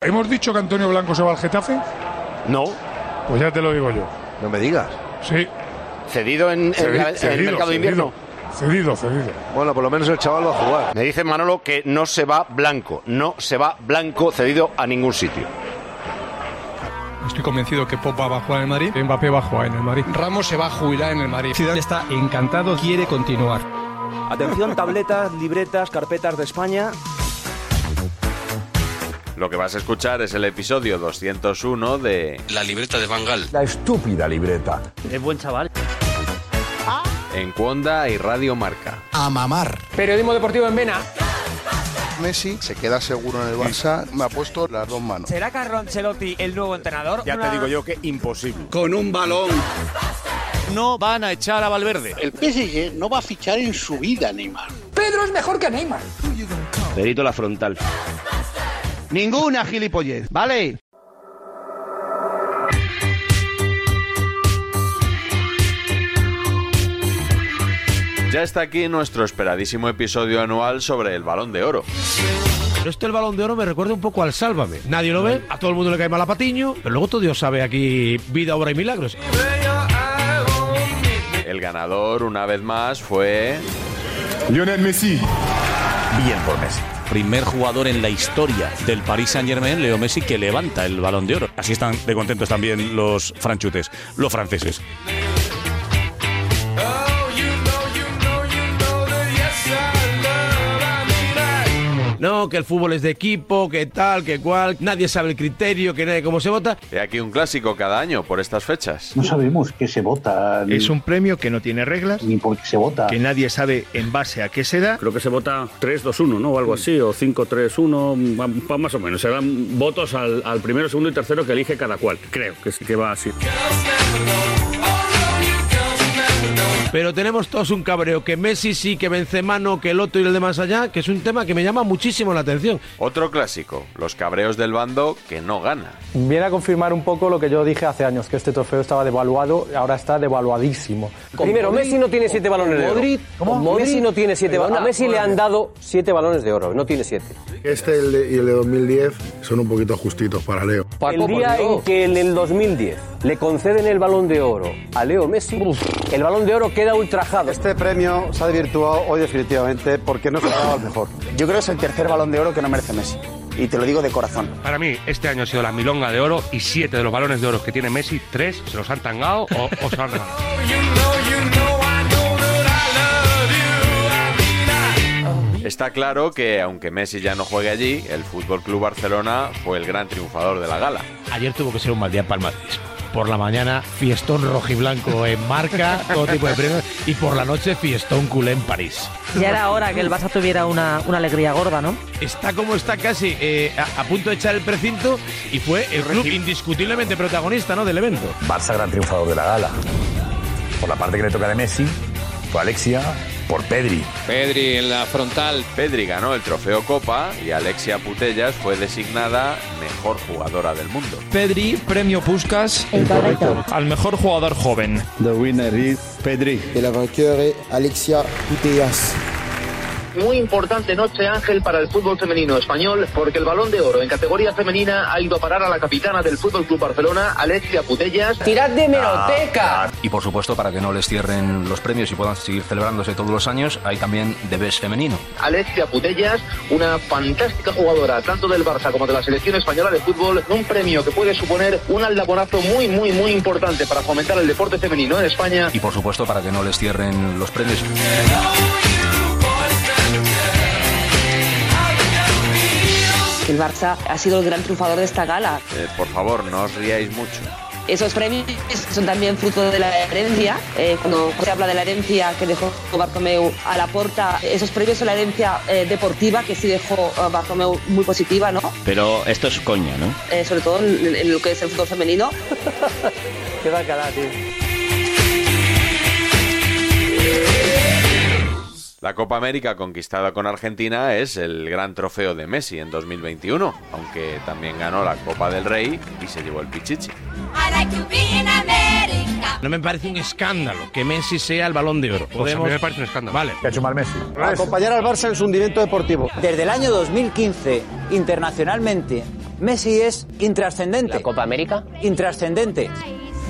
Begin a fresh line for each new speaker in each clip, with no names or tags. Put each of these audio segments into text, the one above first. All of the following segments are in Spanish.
¿Hemos dicho que Antonio Blanco se va al Getafe?
No,
Pues ya te lo digo yo.
no me digas.
Sí,
Cedido en, en
Cedi-
la- en el
cedido,
mercado de invierno.
cedido, cedido.
Bueno, por lo menos el chaval va a jugar.
Me dice Manolo que no se va blanco, no se va blanco cedido a ningún sitio.
Estoy convencido que Popa va a jugar en el Madrid, Mbappé va a jugar en el Madrid, Ramos se va a jubilar en el Madrid. Zidane está encantado, quiere continuar.
Atención, tabletas, libretas, carpetas de España.
Lo que vas a escuchar es el episodio 201 de
La libreta de Bangal.
La estúpida libreta.
Es buen chaval.
En Cuonda y Radio Marca.
A mamar.
Periodismo deportivo en Vena.
Messi se queda seguro en el Barça. Me ha puesto las dos manos.
¿Será Carlo Ancelotti el nuevo entrenador?
Ya te digo yo que imposible.
Con un balón.
No van a echar a Valverde.
El PSG no va a fichar en su vida, Neymar.
Pedro es mejor que Neymar.
Perito la frontal.
Ninguna gilipollez, ¿vale?
Ya está aquí nuestro esperadísimo episodio anual sobre el Balón de Oro.
Pero esto el balón de oro me recuerda un poco al Sálvame. Nadie lo ve, a todo el mundo le cae mal a Patiño, pero luego todo Dios sabe aquí vida, obra y milagros.
El ganador, una vez más, fue...
Lionel Messi. Bien por Messi. Primer jugador en la historia del Paris Saint-Germain, Leo Messi, que levanta el balón de oro. Así están de contentos también los franchutes, los franceses.
No, que el fútbol es de equipo, que tal, que cual, nadie sabe el criterio, que nadie cómo se vota.
He aquí un clásico cada año por estas fechas.
No sabemos qué se vota.
Es un premio que no tiene reglas. Ni por qué se vota. Que nadie sabe en base a qué se da.
Creo que se vota 3-2-1, ¿no? O algo así, o 5-3-1, va- va más o menos. Serán votos al, al primero, segundo y tercero que elige cada cual. Creo que, sí que va así.
Pero tenemos todos un cabreo, que Messi sí, que Benzema no, que el otro y el de más allá, que es un tema que me llama muchísimo la atención.
Otro clásico, los cabreos del bando que no gana.
Viene a confirmar un poco lo que yo dije hace años, que este trofeo estaba devaluado, ahora está devaluadísimo.
Primero, Messi no tiene siete balones de oro.
Modric,
¿Cómo?
Modric
Messi no tiene siete
A
balones.
Messi le han dado siete balones de oro, no tiene siete.
Este el de- y el de 2010 son un poquito justitos para Leo.
el día en que en el 2010 le conceden el balón de oro a Leo Messi, el balón de oro queda ultrajado.
Este premio se ha desvirtuado hoy definitivamente porque no se ha dado al mejor. Yo creo que es el tercer balón de oro que no merece Messi. Y te lo digo de corazón.
Para mí, este año ha sido la milonga de oro y siete de los balones de oro que tiene Messi, tres se los han tangado o, o se los han regalado.
Está claro que, aunque Messi ya no juegue allí, el Fútbol Club Barcelona fue el gran triunfador de la gala.
Ayer tuvo que ser un mal día para el Madrid. Por la mañana, fiestón rojiblanco en marca, todo tipo de premios. Y por la noche, fiestón culé en París.
Ya era hora que el Barça tuviera una, una alegría gorda, ¿no?
Está como está casi eh, a, a punto de echar el precinto y fue el club indiscutiblemente protagonista ¿no? del evento.
Barça gran triunfador de la gala. Por la parte que le toca de Messi, fue Alexia,
por Pedri. Pedri en la frontal. Pedri ganó el trofeo Copa y Alexia Putellas fue designada mejor jugadora del mundo.
Pedri, premio Puskas. Al mejor jugador joven.
The winner is Pedri. Y la vainqueur es Alexia Putellas.
Muy importante noche, Ángel, para el fútbol femenino español, porque el balón de oro en categoría femenina ha ido a parar a la capitana del Fútbol Club Barcelona, Alexia Putellas.
¡Tirad de hemeroteca!
Y por supuesto, para que no les cierren los premios y puedan seguir celebrándose todos los años, hay también Debes Femenino.
Alexia Putellas, una fantástica jugadora tanto del Barça como de la selección española de fútbol, un premio que puede suponer un aldabonazo muy, muy, muy importante para fomentar el deporte femenino en España.
Y por supuesto, para que no les cierren los premios.
El Barça ha sido el gran triunfador de esta gala.
Eh, por favor, no os riáis mucho.
Esos premios son también fruto de la herencia. Eh, cuando se habla de la herencia que dejó Bartomeu a la puerta, esos premios son la herencia eh, deportiva que sí dejó eh, Bartomeu muy positiva, ¿no?
Pero esto es coña, ¿no?
Eh, sobre todo en, en lo que es el fútbol femenino.
Qué bacalá, tío.
La Copa América conquistada con Argentina es el gran trofeo de Messi en 2021, aunque también ganó la Copa del Rey y se llevó el Pichichi.
No me parece un escándalo que Messi sea el balón de oro.
Pues,
a mí me
parece un escándalo. Vale.
Que ha hecho mal Messi.
Acompañar al Barça en su hundimiento deportivo.
Desde el año 2015, internacionalmente, Messi es intrascendente. ¿La Copa América? Intrascendente.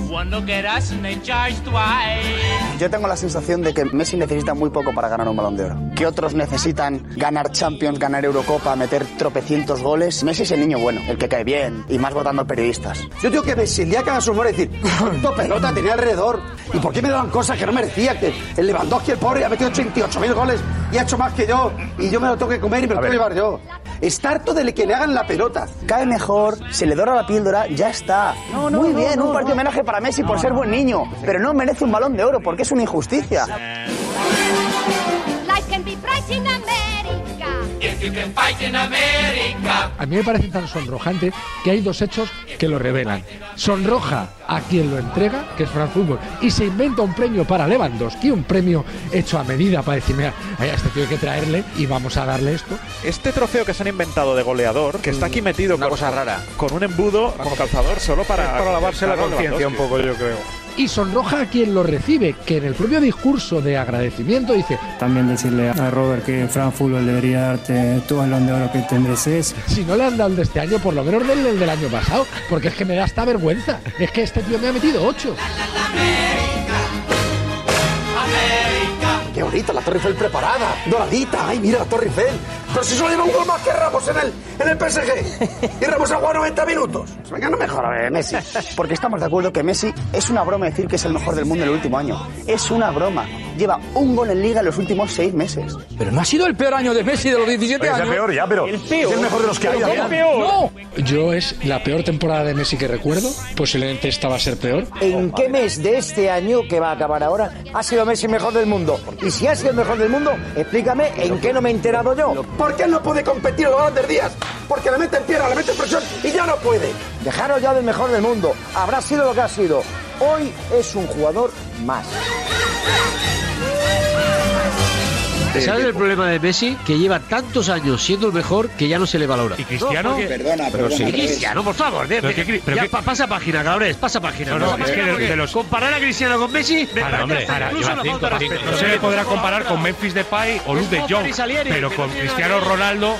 Cuando quieras, me echáis twice.
Yo tengo la sensación de que Messi necesita muy poco para ganar un balón de oro. Que otros necesitan ganar Champions, ganar Eurocopa, meter tropecientos goles. Messi es el niño bueno, el que cae bien y más votando periodistas.
Yo digo que Messi, el día que haga su humor, decir, ¿cuánto pelota tenía alrededor? ¿Y por qué me daban cosas que no merecía? Que el Lewandowski, el pobre, ha metido 88.000 goles y ha hecho más que yo. Y yo me lo tengo que comer y me lo tengo que llevar yo. Está harto de que le hagan la pelota.
Cae mejor, se le dora la píldora, ya está. muy bien, un partido homenaje para Messi por ser buen niño, pero no merece un balón de oro porque es una injusticia.
Life can be bright in America. If you can fight in America.
A mí me parece tan sonrojante que hay dos hechos que lo revelan. Sonroja a quien lo entrega, que es France Football, y se inventa un premio para Lewandowski, un premio hecho a medida para decir, mira, a este tío hay que traerle y vamos a darle esto.
Este trofeo que se han inventado de goleador, que está
Mm,
aquí metido
una cosa rara.
con un embudo, con calzador, solo para,
Es para lavarse la conciencia un poco,
yo creo.
Y sonroja a quien lo recibe, que en el propio discurso de agradecimiento dice,
También decirle a Robert que Fran Fulbol debería darte todo el balón de oro que te mereces.
Si no le han dado el de este año, por lo menos denle el del año pasado, porque es que me da hasta vergüenza. Es que este tío me ha metido ocho.
Qué bonita, la Torre Eiffel preparada, doradita. Ay, mira la Torre Eiffel. Pero si solo lleva un gol más que Ramos en el, en el PSG. Y Ramos ha jugado 90 minutos.
Pues
Venga, no me jodas, eh, Messi.
Porque estamos de acuerdo que Messi es una broma decir que es el mejor del mundo en el último año. Es una broma. Lleva un gol en liga en los últimos seis meses.
Pero no ha sido el peor año de Messi de los 17
Oye, es el
años.
peor ya, pero
El
es el mejor de los que hay,
¿Pero
Adrián.
cómo peor?
Yo es la peor temporada de Messi que recuerdo, posiblemente esta va a ser peor.
¿En qué mes de este año, que va a acabar ahora, ha sido Messi mejor del mundo? Y si ha sido el mejor del mundo, explícame en qué no me he enterado yo.
¿Por qué no puede competir en los grandes días? Porque le meten piedra, le meten presión y ya no puede.
Dejaros ya del mejor del mundo. Habrá sido lo que ha sido. Hoy es un jugador más.
¿Sabes el problema de Messi? Que lleva tantos años siendo el mejor que ya no se le valora. ¿Y
Cristiano? Perdona, Pero perdona, sí.
¿Y Cristiano, por favor. de-
Pero que Cri- pero
ya
que-
pa- pasa página, cabrones, pasa página.
No, no,
Pasa
es que
página
de- de los-
Comparar a Cristiano con Messi, me
Para,
parece
hombre, para,
incluso
lleva
una
cinco,
falta de
cinco.
respeto.
No se le podrá comparar con Memphis Depay o Luke de Jong, pero con Cristiano Ronaldo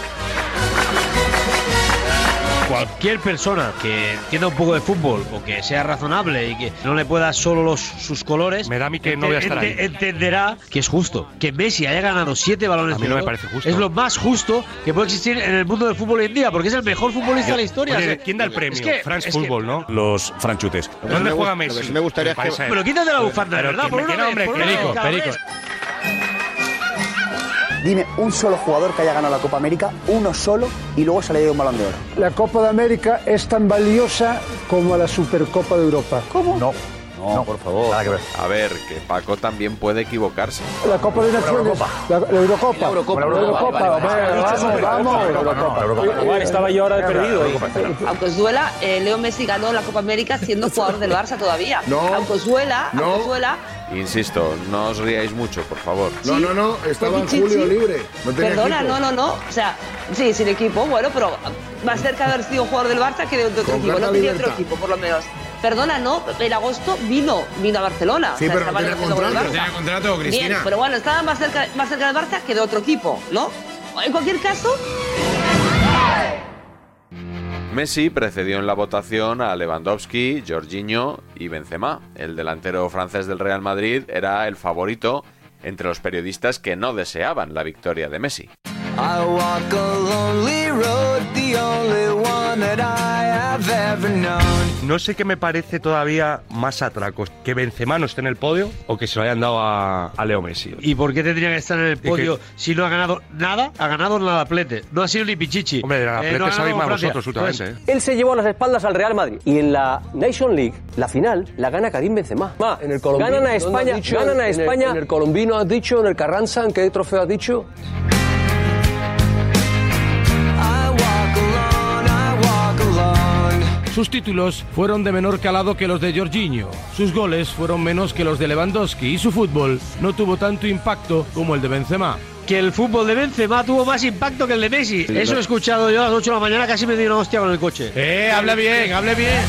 Cualquier persona que entienda un poco de fútbol o que sea razonable y que no le pueda solo los, sus colores, me da a mí
que no voy a estar ahí.
entenderá que es justo. Que Messi haya ganado siete balones
A mí
de
no me
oro
parece justo.
Es lo más justo que puede existir en el mundo del fútbol hoy en día, porque es el mejor futbolista de la historia.
Oye,
O sea,
¿quién da el premio?
es que-
France
es que-
Football, ¿no?
Los franchutes.
¿Dónde
me
juega
gust-
Messi? este.
lo que sí me gustaría es que-
parece-
Pero quítate la bufanda, de
Pero
¿verdad?
que
Por
me
una
queda,
vez,
hombre,
por una
Perico,
vez, cabrones.
Perico.
Dime un solo jugador que haya ganado la Copa América, uno solo, y luego se le dio un balón de oro.
La Copa de América es tan valiosa como la Supercopa de Europa. ¿Cómo? No.
No, por favor.
A ver, que Paco también puede equivocarse.
La Copa de Naciones, la, la Eurocopa. La Eurocopa,
vale, vale.
vamos, Eh,
Igual estaba yo ahora de perdido. eh.
Aunque os duela, eh, Leo Messi ganó la Copa América siendo jugador del Barça todavía.
No.
Aunque os duela,
No.
aunque os duela,
Insisto, no os riáis mucho, por favor.
No, no, no,
estaba en Sí, sí, julio sí. libre, Perdona, no, no, no. O sea, sí, sin equipo, bueno, pero más cerca de haber sido un jugador del Barça que de otro
Con
equipo.
plena
No tenía otro
libertad.
equipo, por lo menos. Perdona, no, en agosto vino, vino a Barcelona.
Sí,
O sea,
pero
estaba
no tenía
negociando con el
contrato.
Barça.
Tenía contrato, Cristina.
Bien, pero bueno, estaba más cerca, más cerca del Barça que de otro equipo, ¿no? En cualquier caso,
Messi precedió en la votación a Lewandowski, Jorginho y Benzema. El delantero francés del Real Madrid era el favorito entre los periodistas que no deseaban la victoria de Messi.
I walk a lonely road, the only one that I have ever known.
No sé qué me parece todavía más atracos, que Benzema no esté en el podio o que se lo hayan dado a, a Leo Messi. ¿Y por qué tendría que estar en el podio si no ha ganado nada? Ha ganado nada plete. No ha sido ni pichichi. Hombre, de la
Eh, no ha ganado
sabéis
con
más
Francia.
vosotros últimamente. ¿eh?
Él se llevó a las espaldas al Real Madrid. Y en la Nation League, la final, la gana Karim Benzema. Ma, en el
Colombino,
ganan a
¿dónde
España,
has dicho?
ganan
En
a
el-
España.
en el
Colombino has dicho, en el Carranza, ¿en qué trofeo has dicho?
Sus títulos fueron de menor calado que los de Jorginho, sus goles fueron menos que los de Lewandowski y su fútbol no tuvo tanto impacto como el de Benzema.
Que el fútbol de Benzema tuvo más impacto que el de Messi.
Sí,
Eso
no.
he escuchado yo a las 8 de la mañana, casi me di una hostia con el coche.
Eh, habla bien, habla bien.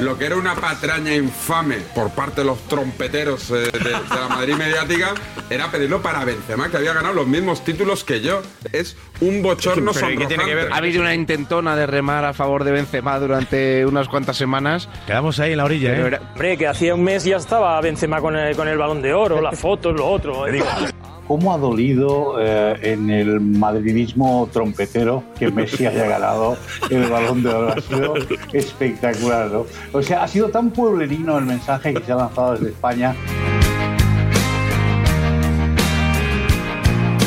Lo que era una patraña infame por parte de los trompeteros eh, de, de la Madrid mediática era pedirlo para Benzema, que había ganado los mismos títulos que yo. Es un bochorno sonrojante.
Ha habido una intentona de remar a favor de Benzema durante unas cuantas semanas.
Quedamos ahí en la orilla,
Pero ¿eh? era-
Hombre, que hacía un mes ya estaba Benzema con el, con el balón de oro, las fotos, lo otro.
¿Cómo ha dolido eh, en el madridismo trompetero que Messi haya ganado el balón de oro? Ha sido espectacular, ¿no? O sea, ha sido tan pueblerino el mensaje que se ha lanzado desde España.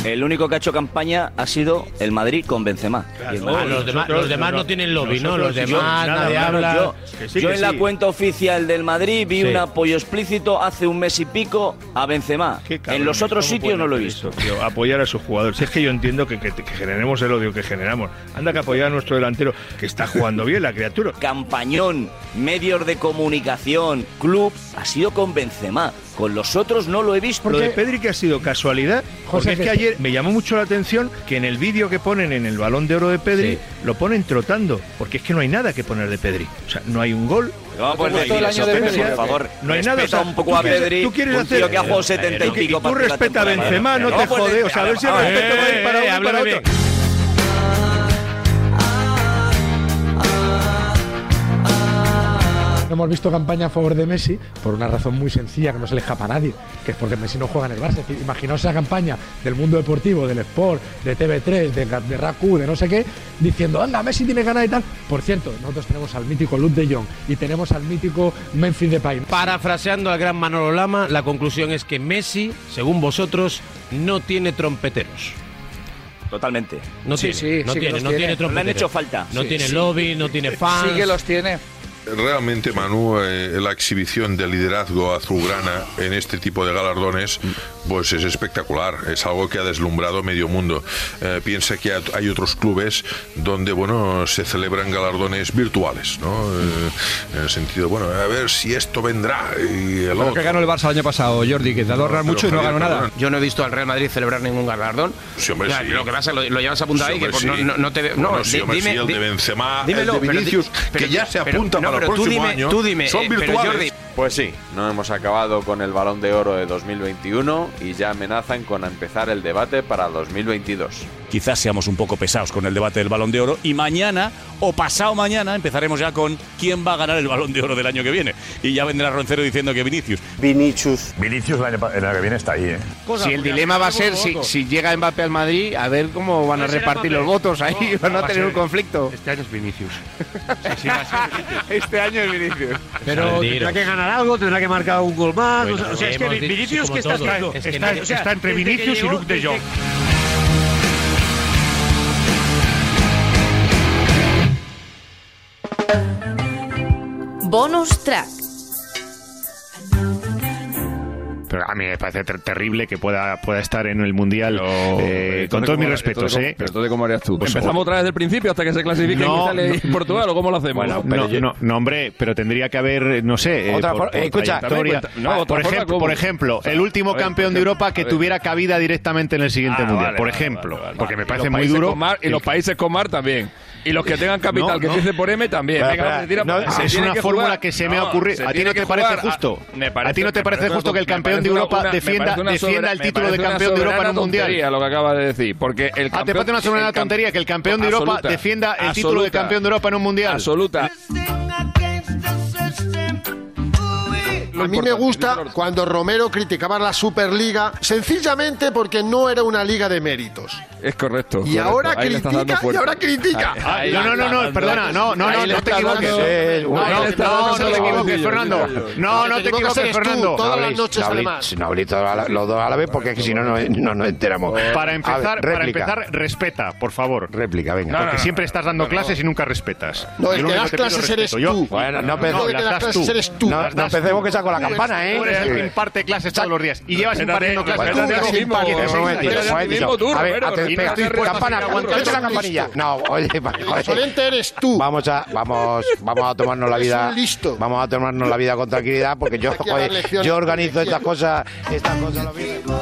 El único que ha hecho campaña ha sido el Madrid con Benzema. Y el
Ah,
Madrid-
los demás- los demás no tienen lobby, ¿no? Los demás,
Yo-
nadie habla.
Yo,
Que sí,
yo
que
en la
sí.
cuenta oficial del Madrid vi
Sí.
un apoyo explícito hace un mes y pico a Benzema. en los otros sitios no lo he visto.
apoyar a su jugador. Si es que yo entiendo que, que- que generemos el odio que generamos. Anda que apoyar a nuestro delantero, que está jugando bien la criatura.
Campañón, medios de comunicación, club, ha sido con Benzema. Con los otros no lo he visto.
Lo de Pedri que ha sido casualidad, porque
José,
es que
que-
ayer me llamó mucho la atención que en el vídeo que ponen en el balón de oro de Pedri lo ponen trotando, porque es que no hay nada que poner de Pedri. O sea, no hay un gol.
Vamos a poner
¿Te gustó el año de
filosofía,
Pedri?
por favor.
No hay
Respeta
nada. o sea,
un poco
tú
a
quieres-
Pedri,
Tú quieres
un tío
hacer.
que ha jugado 70 y
Pero-
pico
Tú
partidos la
respeta a
temporada.
Benzema, no
Vamos
te
a poner-
jodes. O sea, a ver si el
Vamos a
respeto
Eh,
va a ir para uno y para otro.
No hemos visto campaña a favor de Messi por una razón muy sencilla que no se le escapa a nadie, que es porque Messi no juega en el Barça. Es decir, imaginaos esa campaña del mundo deportivo, del Sport, de TV3, de, Ra- de Raku, de no sé qué, diciendo, anda, Messi tiene ganas y tal. Por cierto, nosotros tenemos al mítico Luke de Jong y tenemos al mítico Memphis Depay.
Parafraseando al gran Manolo Lama, la conclusión es que Messi, según vosotros, no tiene trompeteros.
Totalmente.
No tiene, no tiene, no tiene trompeteros.
Le han hecho falta.
No
Sí.
tiene
Sí.
lobby, no tiene fans.
Sí que los
tiene.
Realmente, Manu, eh, la exhibición de liderazgo azulgrana en este tipo de galardones, pues es espectacular. Es algo que ha deslumbrado medio mundo. Eh, piensa que ha- hay otros clubes donde, bueno, se celebran galardones virtuales, ¿no? Eh, en el sentido, bueno, a ver si esto vendrá y el
Lo que
otro.
ganó el Barça el año pasado, Jordi, que te ahorrar
Pero,
mucho y no
Javier,
ganó nada.
perdón.
Yo no he visto al Real Madrid celebrar ningún galardón.
Sí, hombre,
O sea,
sí.
Lo que pasa es que lo, lo llevas apuntado
Sí,
ahí, que
hombre,
pues, no,
sí.
no- no te veo. No,
Bueno, sí,
di-
hombre, sí,
dime,
el de
di-
Benzema, el
dímelo,
de
pero di-
Vinicius,
pero
que ya
di-
se
pero-
apunta para
no,
el
pero tú
próximo
dime-
año.
Tú dime,
Son
eh, pero
virtuales.
Jordi,
Pues sí, no hemos acabado con el balón de oro de 2021 y ya amenazan con empezar el debate para 2022.
Quizás seamos un poco pesados con el debate del Balón de Oro y mañana o pasado mañana empezaremos ya con quién va a ganar el Balón de Oro del año que viene. Y ya vendrá Roncero diciendo que Vinicius.
Vinicius. Vinicius el año, pa- el año que viene está ahí, ¿eh?
Cosa, Si
Si
el
el
porque
dilema va a
hacemos
ser
un
si,
voto.
si
llega Mbappé al Madrid, a ver cómo van a No será repartir Mbappé. los votos ahí, No, van a va a tener un ser- conflicto. Este año es Vinicius. este año es Vinicius. Pero tendrá tendrá que que
ganar algo, tendrá que marcar un gol más.
Bueno,
o sea, o sea, es que
hemos dicho
Vinicius
como
que está,
todo.
está,
Es que
está-
no-
o sea,
está entre
desde que
Vinicius y
llegó-
Luke de
desde
Jong.
Bonus track.
Pero a mí me parece ter- terrible que pueda, pueda estar en el Mundial eh, con todos mis respetos, ¿eh?
Pero entonces, ¿cómo harías tú?
Pues,
¿Empezamos
o-
otra vez del principio hasta que se clasifiquen
No,
Italia y
no,
Portugal o cómo lo hacemos?
Bueno, no, no, no, hombre, pero tendría que haber, eh, no sé, eh,
Otra
por-
for-
por
eh, escucha,
trayectoria.
también cuenta- no,
Ah,
otra
por,
forma,
ejemplo,
¿cómo?
por ejemplo,
O sea,
el último
a ver,
campeón de
porque-
Europa que
a ver.
tuviera cabida directamente en el siguiente
Ah,
mundial,
vale,
por
vale,
ejemplo,
vale, vale,
porque me
vale. Y
parece
los
muy
países
duro. Eh,
con mar- y los países con mar también. Y los que tengan capital,
No,
que
no.
empiece por M también.
Espera,
Venga,
espera.
se tira-
No,
se
es
tiene
una
que
fórmula
jugar.
que se me ha ocurrido.
se
¿A ti
tiene
no te
que
parece
jugar. Ah,
justo?
me
¿A ti no te
me
parece justo que el
me
campeón
parece
de Europa
una- me
defienda-
parece una
defienda
sobera-
el
me
título de
parece una
campeón de Europa en un
soberana
mundial?
tontería lo que acabas de decir. Porque el
Ah, te
campeón-
parece una soberana
el cam-
tontería que el campeón de Europa
Absoluta.
defienda el título de
Absoluta.
campeón de Europa en un mundial.
Absoluta.
A mí me gusta cuando Romero criticaba la Superliga sencillamente porque no era una liga de méritos.
Es correcto.
Y
correcto.
ahora
Ahí le estás dando
critica, y
fuerte.
ahora critica.
Ahí- ahí
no,
le
no, no,
estás
no,
dando-
perdona, no, no,
ahí
no,
le
no te
estás
equivoques.
dando-
Eh,
ahí le
no,
estás
no,
dando
no te
solo
equivoques,
bolsillo,
Fernando.
digo yo.
No, no te equivoques,
eres tú,
Fernando.
todas
No
las
habléis,
noches
no habléis,
además.
no habléis todos a la- los dos a la vez porque es que si no, no no nos enteramos.
Para
A
empezar,
ver,
para
réplica.
empezar, respeta, por favor.
Réplica, venga.
Porque siempre estás dando clases y nunca respetas.
No, el
Yo
que
lo único
das
te pido es
clases
respeto.
eres
Yo-
tú. Bueno, no, pero-
las
El que das
das
clases
tú.
eres tú.
Las
No,
das
no empecemos
tú.
que saco la
Tú eres-
campana, ¿eh?
Tú eres el
Sí.
que imparte clases todos los días. Y llevas
Espérate,
impartiendo
espérate,
clases.
espérate,
desde
mismo,
que
un momentito, un
seis años.
momentito. A ver,
Y no
espera,
te respetas
campana,
ni a uno.
aguantate la campanilla. No, oye, vale, joder.
Solente eres tú.
Vamos a, vamos, vamos a tomarnos la
Eres
vida.
un listo.
Vamos a tomarnos la vida con tranquilidad porque yo,
a dar
joder,
lecciones.
yo organizo estas cosas, estas cosas. lo mismo.